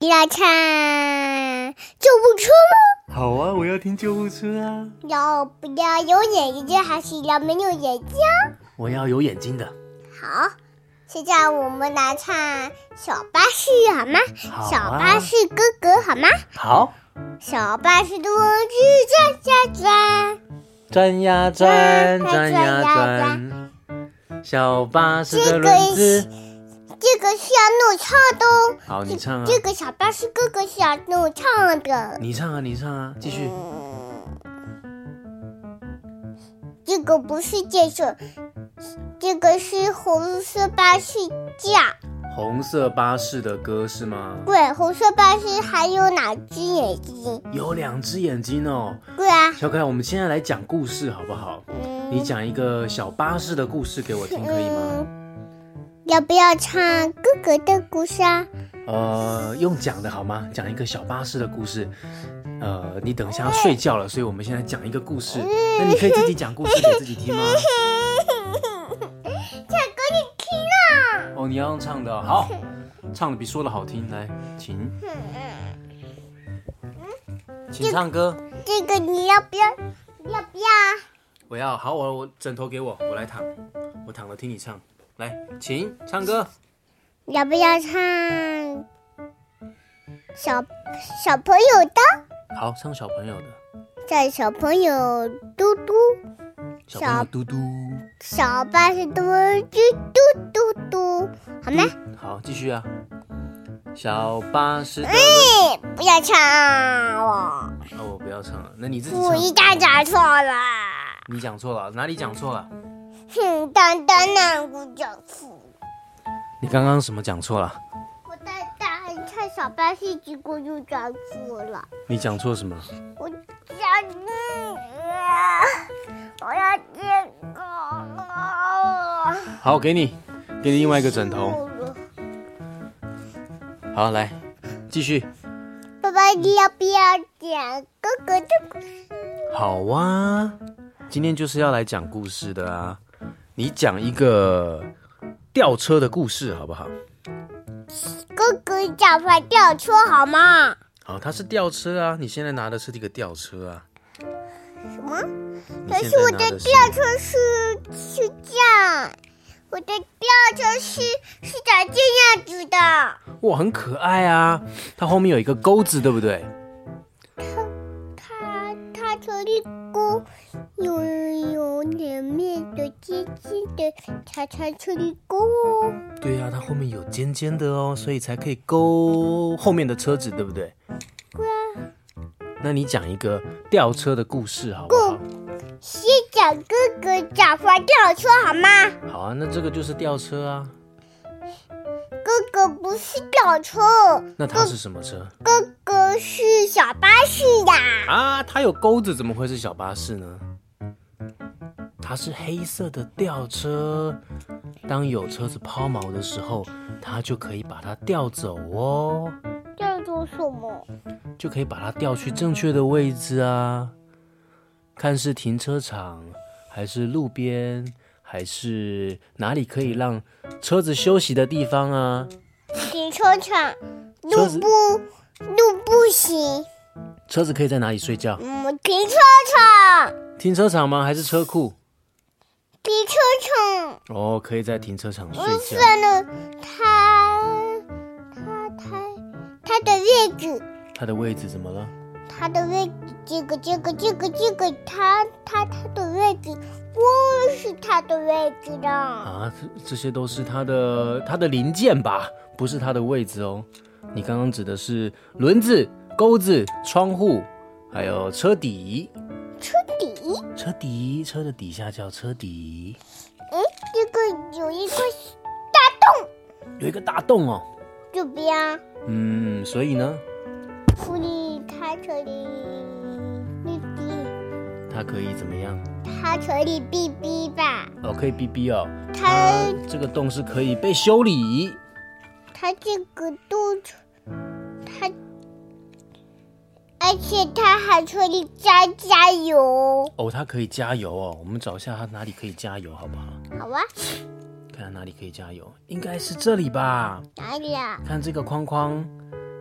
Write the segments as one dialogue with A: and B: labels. A: 要看救护车吗？
B: 好啊，我要听救护车啊！
A: 要不要有眼睛还是要没有眼睛？
B: 我要有眼睛的。
A: 好，现在我们来看小巴士好吗？
B: 好啊
A: 小巴士哥哥好吗？
B: 好，
A: 小巴士的文具转转转，
B: 转呀
A: 转
B: 转，
A: 转
B: 转
A: 呀
B: 呀
A: 转
B: 转，小巴士
A: 这
B: 的
A: 个
B: 轮
A: 是
B: 子。
A: 这个是要弄唱的哦。
B: 好，你
A: 这
B: 唱啊，
A: 这个小巴士哥哥是要弄唱的。
B: 你唱啊，你唱啊，继续。
A: 这个不是这首，这个是红色巴士架。
B: 红色巴士的歌是吗？
A: 对，红色巴士还有哪只眼睛？
B: 有两只眼睛哦。
A: 对啊，
B: 小可爱，我们现在来讲故事好不好？
A: 嗯
B: 你讲一个小巴士的故事给我听可以吗？
A: 嗯，要不要唱哥哥的故事啊？
B: 呃，用讲的好吗？讲一个小巴士的故事。呃，你等一下要睡觉了，所以我们现在讲一个故事。
A: 嗯
B: 那你可以自己讲故事给自己听吗？
A: 唱给你听啊！
B: 哦，你要用唱的哦好，唱的比说的好听。来，请，请唱歌。
A: 这个你要不要？要不要？
B: 我要好，我我枕头给我，我来躺，我躺着听你唱。来，请唱歌。
A: 要不要唱小小朋友的？
B: 好，唱小朋友的，
A: 在小朋友嘟嘟
B: 小朋
A: 小
B: 友嘟嘟。
A: 小巴士嘟嘟嘟嘟嘟，好吗？
B: 好，继续啊。小巴士的，
A: 哎，不要唱我，
B: 哦，我不要唱了，那你自己
A: 我
B: 唱。
A: 一下讲错了。
B: 你讲错了，哪里讲错了？
A: 哼，当当当，我讲错。
B: 你刚刚什么讲错了？
A: 我在大人看小巴士，结果就讲错了。
B: 你讲错什么？
A: 我讲，嗯啊我要这个了。
B: 好，给你，给你另外一个枕头。好，来，继续。
A: 爸爸，你要不要讲哥哥的故事？
B: 好啊，今天就是要来讲故事的啊。你讲一个吊车的故事好不好？
A: 哥哥讲话吊车好吗？
B: 好，它是吊车啊。你现在拿的是这个吊车啊。
A: 什么？
B: 你
A: 可
B: 现
A: 是
B: 在
A: 我
B: 拿
A: 的
B: 的是
A: 吊车是是这样，我的吊车是是长这样子的。
B: 哇，很可爱啊。它后面有一个钩子，对不对？
A: 它它从一沟有有两面的尖尖的长长成沟哦，
B: 对呀、啊，它后面有尖尖的哦，所以才可以勾后面的车子，对不对？那你讲一个吊车的故事好不好？
A: 先讲哥哥讲话吊车好吗？
B: 好啊，那这个就是吊车啊。
A: 哥哥不是吊车，
B: 那它是什么车
A: 哥哥是小巴士呀。
B: 啊？它有钩子，怎么会是小巴士呢？它是黑色的吊车，当有车子抛锚的时候，它就可以把它吊走哦，
A: 叫做什么？
B: 就可以把它吊去正确的位置啊。看是停车场，还是路边，还是哪里可以让车子休息的地方啊？
A: 停车场，路
B: 车子
A: 不路不行，
B: 车子可以在哪里睡觉？
A: 嗯，停车场，
B: 停车场吗？还是车库？
A: 停车场。
B: 哦，可以在停车场睡
A: 我
B: 觉。
A: 算了他他他他的位置，
B: 它的位置怎么了？
A: 他的位置，这个这个这个这个，他他他的位置，我是他的位置的。
B: 啊，这这些都是它的它的零件吧，不是它的位置哦。你刚刚指的是轮子、钩子、窗户，还有车底。
A: 车底，
B: 车底，车的底下叫车底，
A: 哎，这个有一个大洞，
B: 有一个大洞哦。
A: 这边
B: 嗯，所以呢，
A: 狐狸这里哔哔，
B: 它可以怎么样？
A: 它可以哔哔吧？
B: 哦，可以哔哔哦。
A: 它
B: 这个洞是可以被修理。
A: 它这个肚子，它，而且它还可以加加油，
B: 哦，它可以加油哦。我们找一下它哪里可以加油，好不好？
A: 好啊？
B: 看它哪里可以加油，应该是这里吧？
A: 哪里啊？
B: 看这个框框，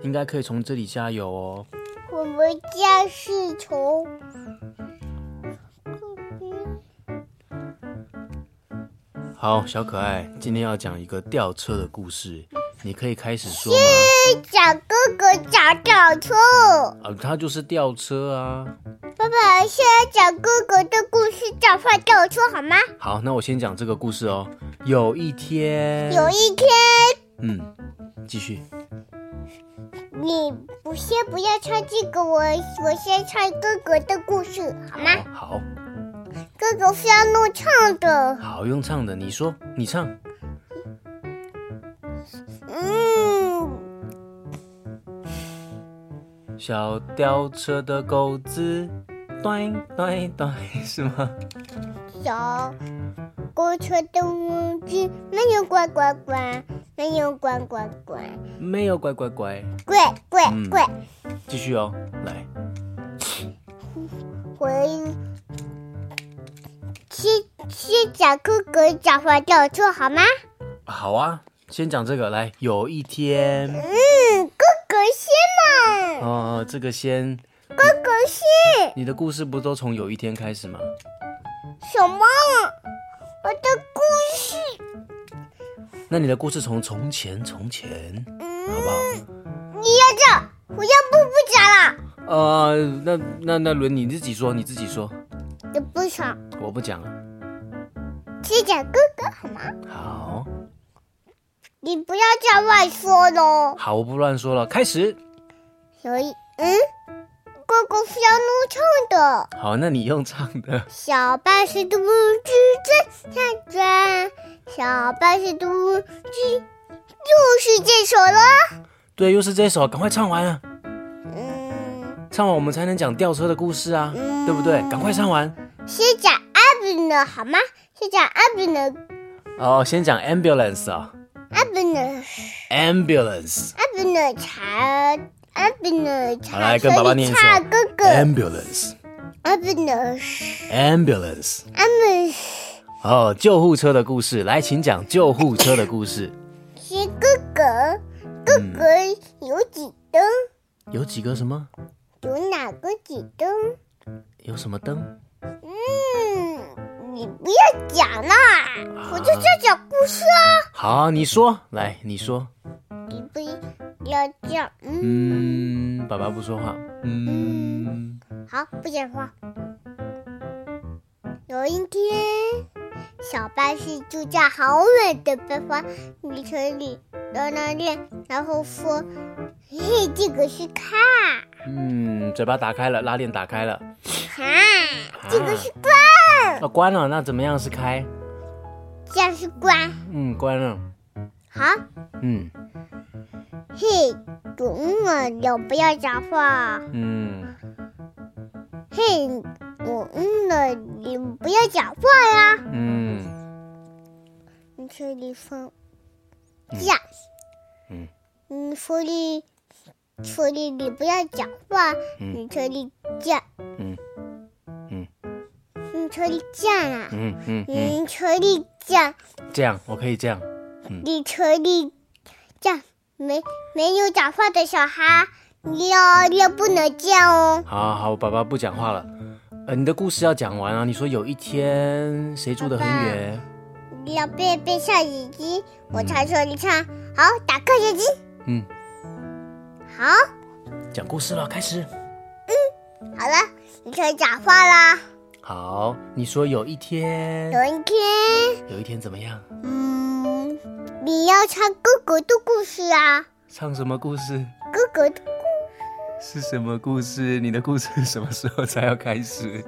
B: 应该可以从这里加油哦。
A: 我们家是从
B: 好，小可爱，今天要讲一个吊车的故事，你可以开始说吗？
A: 小哥哥找找错。
B: 啊，它就是吊车啊。
A: 爸爸，现在讲哥哥的故事，找快给我说好吗？
B: 好，那我先讲这个故事哦。有一天，
A: 有一天，
B: 嗯，继续。
A: 你不先不要唱这个，我我先唱哥哥的故事好吗？
B: 好
A: 哥哥是要弄唱的，
B: 好用唱的，你说，你唱。
A: 嗯，
B: 小吊车的钩子，端端端， 是吗？
A: 小公车的公鸡没有呱呱呱，没有呱呱呱，
B: 没有，乖乖乖，
A: 跪跪
B: 嗯
A: 跪，
B: 继续哦，来，
A: 回。先先讲哥哥讲话掉车好吗？
B: 好啊，先讲这个，来，有一天，
A: 嗯，哥哥先嘛，
B: 哦，这个先，
A: 哥哥先。
B: 你的故事不都从有一天开始吗？
A: 什么？我的故事，
B: 那你的故事从从前从前，好不
A: 嗯你要这样，我要不不讲了，
B: 好？呃，那那那轮你自己说，你自己说，
A: 我不讲，
B: 我不讲了。
A: 只讲哥哥好吗？
B: 好，
A: 你不要再乱说喽。
B: 好，我不乱说了，开始。
A: 有一，嗯，哥哥是要弄唱的。
B: 好，那你用唱的，
A: 小巴士嘟嘟转呀转，小巴士嘟嘟，又是这首了。
B: 对，又是这首，赶快唱完啊！
A: 嗯，
B: 唱完我们才能讲吊车的故事啊，对不对？赶快唱完。
A: 先讲阿布呢好吗？先讲阿布呢，
B: 哦，先讲 ambulance 啊、
A: 阿布呢。
B: a m b u l a n c e
A: 阿布呢查，阿布呢查，
B: 好来跟爸爸念一首
A: 查哥哥，
B: ambulance
A: 阿布呢？
B: ambulance，
A: 阿布
B: 哦，救护车的故事，来，请讲救护车的故事。
A: 是哥哥，哥哥有几灯？
B: 有几个什么？
A: 有哪个几灯？
B: 有什么灯？
A: 嗯，你不要讲啦，我就在讲故事啊。
B: 好，你说，来，你说。
A: 你不要这样，嗯，
B: 嗯，爸爸不说话。嗯，
A: 好，不讲话。有一天，小巴士就在好远的北方旅程里聊聊天，然后说：“嘿，这个是卡，
B: 嗯，嘴巴打开了，拉链打开了。
A: 哈，这个是关，
B: 哦，关了，那怎么样是开？
A: 这样是关。
B: 嗯，关了。
A: 好，
B: 嗯
A: 嘿，懂了，要不要讲话？
B: 嗯，
A: 嘿，懂了，你不要讲话呀。
B: 嗯，
A: 你这里说这样，
B: 嗯，
A: 你说的说的你不要讲话，你这里这样，
B: 嗯，嗯，
A: 你这里这样啊，
B: 嗯嗯嗯，
A: 你这里这样，
B: 这样我可以这样。
A: 你这里这样，没没有讲话的小孩，你要要不能这样哦。
B: 好好，爸爸不讲话了。呃，你的故事要讲完啊！你说有一天谁住得很远？
A: 你要背背上眼睛，我才说你唱。好，打开眼睛。
B: 嗯，
A: 好，
B: 讲故事了，开始。
A: 好了，你可以讲话啦。
B: 好，你说有一天，
A: 有一天。
B: 有一天怎么样？
A: 嗯，你要唱哥哥的故事啊，
B: 唱什么故事？
A: 哥哥的故
B: 是什么故事？你的故事什么时候才要开始？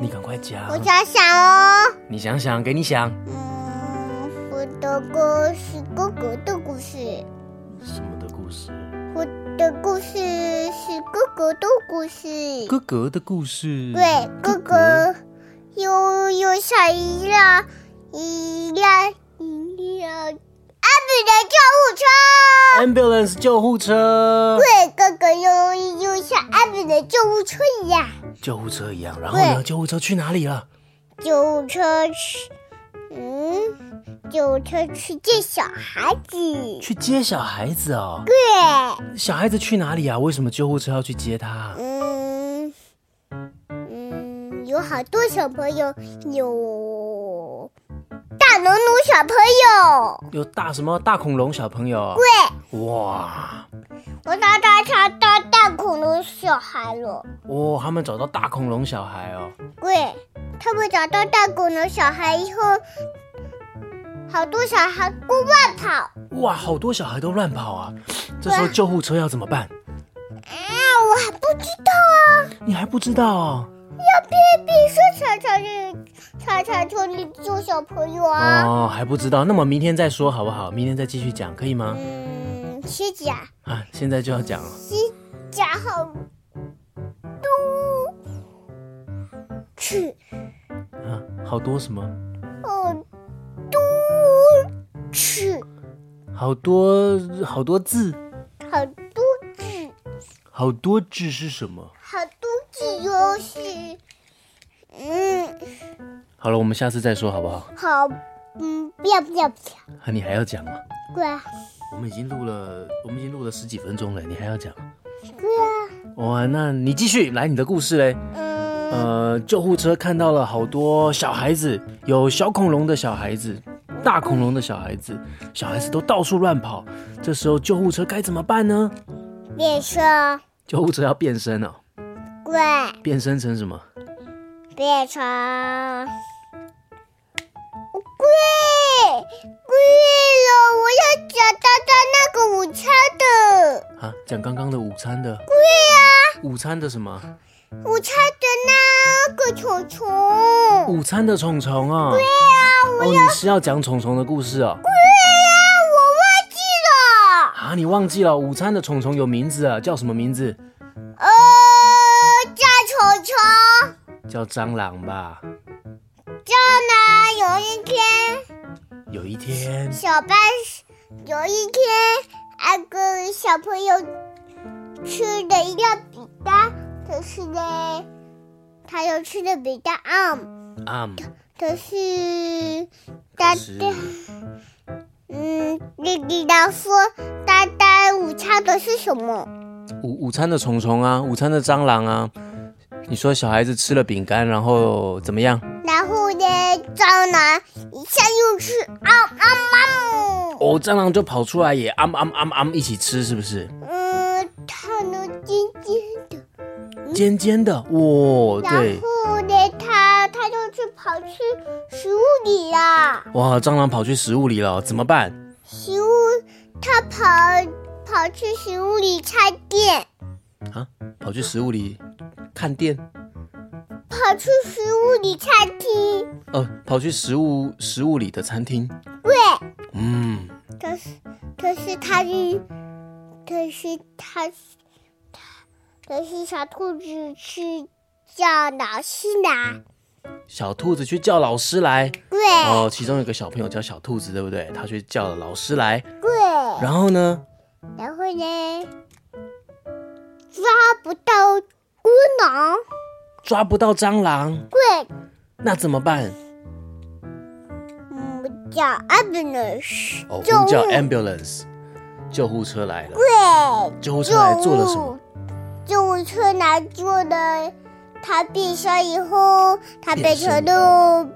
B: 你赶快讲
A: 我，想想哦。
B: 你想想，给你想。
A: 嗯，我的歌是哥哥的故事，
B: 什么的故事？
A: 我的故事是哥哥的故事。
B: 哥哥的故事，
A: 对，哥哥有有小一辆一辆一辆阿比的救护车。
B: ，ambulance 救护车，
A: 对，哥哥又又像阿比的救护车一样，
B: 救护车一样。然后呢，
A: 对
B: 救护车去哪里了？
A: 救护车去，嗯，救护车去接小孩子。
B: 去接小孩子哦。
A: 对，
B: 小孩子去哪里啊？为什么救护车要去接他啊？
A: 嗯嗯，有好多小朋友，有大农奴小朋友。
B: 有大什么大恐龙小朋友？
A: 对，
B: 哇
A: 我找找找到大恐龙小孩了。
B: 哦，他们找到大恐龙小孩哦。
A: 对，他们找到大恐龙小孩以后，好多小孩都乱跑。啊
B: 哇，好多小孩都乱跑啊！这时候
A: 对
B: 救护车要怎么办？
A: 啊，我还不知道啊！
B: 你还不知道哦。
A: 要别别说查查这查查这里救小朋友啊。
B: 哦，还不知道，那么明天再说好不好？明天再继续讲，可以吗？
A: 嗯，学甲
B: 啊，现在就要讲了。
A: 学甲好多吃
B: 啊，好多什么？
A: 好多吃
B: 好多好多字，
A: 好多吃。
B: 好多字是什么？
A: 好多自由是，嗯，
B: 好了，我们下次再说好不好？
A: 好，嗯，不要不要不要，
B: 啊，你还要讲吗？
A: 对啊
B: 我们已经录了，我们已经录了十几分钟了，你还要讲？
A: 对啊，
B: 哇，那你继续来你的故事嘞。
A: 嗯，
B: 呃，救护车看到了好多小孩子，有小恐龙的小孩子，大恐龙的小孩子，小孩子都到处乱跑。这时候救护车该怎么办呢？
A: 别说
B: 救护车要变身哦，
A: 对，
B: 变身成什么？
A: 别说哦贵贵了，我要找到到那个午餐的
B: 啊，讲刚刚的午餐的。对呀、午餐的什么？
A: 午餐的那个虫虫，哎啊，
B: 午餐的虫虫啊。对呀、哦，你是要讲虫虫的故事哦。
A: 我忘记了，
B: 啊，你忘记了午餐的虫虫有名字啊，叫什么名字？
A: 呃，叫虫虫，
B: 叫蟑螂吧。
A: 这呢有一天。
B: 有一天，
A: 小班有一天，那个小朋友吃了一个饼干，可是呢，他又吃了饼干啊，
B: 啊、嗯，
A: 可是大
B: 是
A: 家，嗯，弟弟他说大家午餐的是什么？
B: 午午餐的虫虫啊，午餐的蟑螂啊。你说小孩子吃了饼干，然后怎么样？
A: 然后呢，蟑螂一下又吃啊啊啊！
B: 哦，蟑螂就跑出来也啊啊啊啊一起吃，是不是？
A: 嗯，它呢尖尖的。
B: 尖尖的，哇、哦，
A: 然
B: 对，
A: 后呢，他他就去跑去食物里啦。
B: 哇，蟑螂跑去食物里了，怎么办？
A: 食物，他跑跑去食物里探店，
B: 啊，跑去食物里看店，
A: 跑去食物里餐厅。
B: 呃，跑去食物食物里的餐厅。
A: 对，
B: 嗯，
A: 可是可是他是，可是他是他，可是小兔子去叫老师来。
B: 小兔子去叫老师来。
A: 对、
B: 哦，其中有个小朋友叫小兔子，对不对？他去叫老师来，
A: 对，
B: 然后呢？
A: 然后呢，抓不到孤狼。
B: 抓不到蟑螂，
A: 对，
B: 那怎么办？
A: 嗯，叫 ambulance，
B: 哦，
A: 救
B: 呼叫
A: 护
B: ambulance，救护车来了。
A: 对，
B: 救护车
A: 救
B: 来
A: 护
B: 做了什么？？
A: 救护车来做的，它变身以后，它
B: 变
A: 变成
B: 身
A: 了，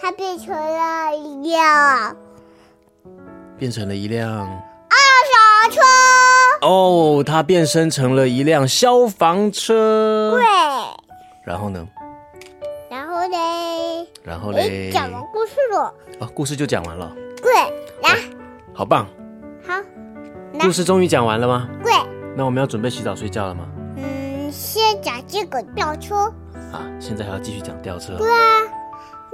A: 它变成了一辆
B: 变成了一辆
A: 大车。
B: 哦，它变身成了一辆消防车。
A: 对，
B: 然后呢？
A: 然后呢？
B: 然后嘞
A: 诶，？哎讲完故事了。
B: 哦，故事就讲完了，
A: 对，来，
B: 好棒！
A: 好，来
B: 故事终于讲完了吗？
A: 对，
B: 那我们要准备洗澡睡觉了吗？
A: 嗯，先讲这个吊车。
B: 啊，现在还要继续讲吊车哦。
A: 对啊，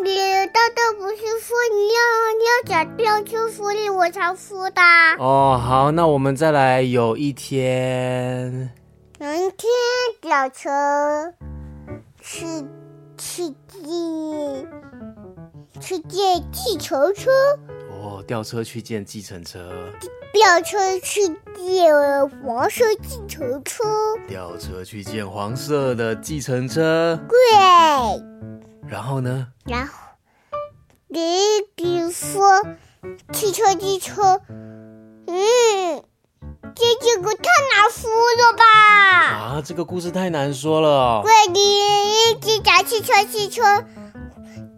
A: 你的豆豆不是敷，你要你要假掉去敷里，我才敷的。
B: 哦，好，那我们再来有一天，
A: 明天早晨吃吃鸡，吃见气球车，
B: 哦，吊车去见计程车，
A: 吊车去见黄色气球车，
B: 吊车去见黄色的计程车，
A: 对。
B: 然后呢？
A: 然后，你比说汽车汽车，嗯，这几个太难敷了吧？
B: 啊，这个故事太难说了哦。
A: 对，你一直讲汽车汽车，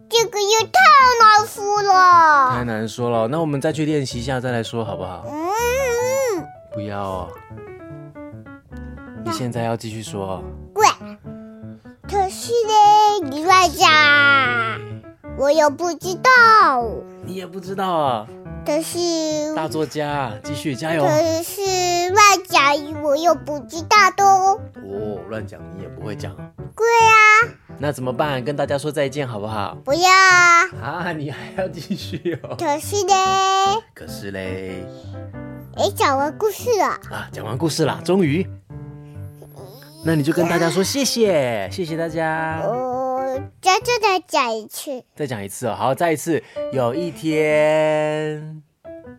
A: 这个又太难敷
B: 太
A: 了。
B: 难说了，那我们再去练习一下，再来说好不好？
A: 嗯，
B: 不要哦，你现在要继续说哦。
A: 对。可是呢，你乱讲，我又不知道。
B: 你也不知道啊，
A: 可是，
B: 大作家，啊继续加油。
A: 可是乱讲，我又不知道的哦。
B: 哦，乱讲你也不会讲，
A: 对呀、
B: 那怎么办？跟大家说再见好不好？
A: 啊不要啊。
B: 啊，你还要继续哦。
A: 可是呢，
B: 可是嘞，
A: 也讲完故事了。
B: 啊，讲完故事啦，终于，那你就跟大家说谢谢，谢谢大家。
A: 我再再再讲一次，
B: 再讲一次哦，好，再一次。有一天，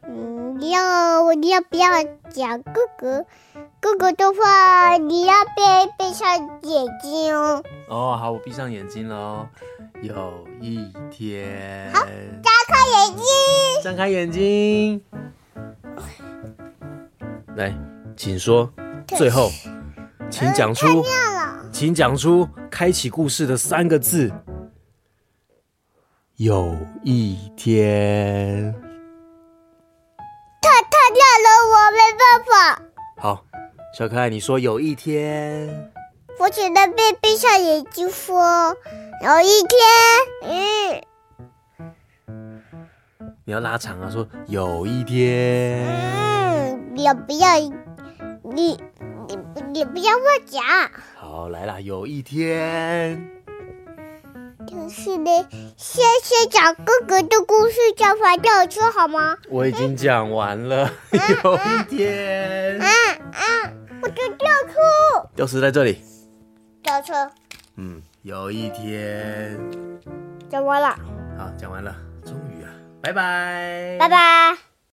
A: 嗯，你要你要不要讲哥哥？哥哥的话，你要被闭上眼睛哦。
B: 哦，好，我闭上眼睛喽。有一天，
A: 打开眼睛，
B: 张开眼睛，来，请说，最后，请讲出，
A: 看了，
B: 请讲出开启故事的三个字。有一天，
A: 他他掉了，我没办法，
B: 好，小可爱，你说有一天，
A: 我只能被闭上眼睛说。有一天，嗯，
B: 你要拉长啊，说有一天。
A: 嗯，你不要，你你你不要乱讲。
B: 好，来啦！有一天，
A: 可是呢，先先讲哥哥的故事，讲完吊车好吗？
B: 我已经讲完了。有一天，
A: 我的吊车，
B: 钥匙在这里。
A: 吊车
B: 嗯，有一天，
A: 讲完了，
B: 好，讲完了，终于啊，拜拜，
A: 拜拜。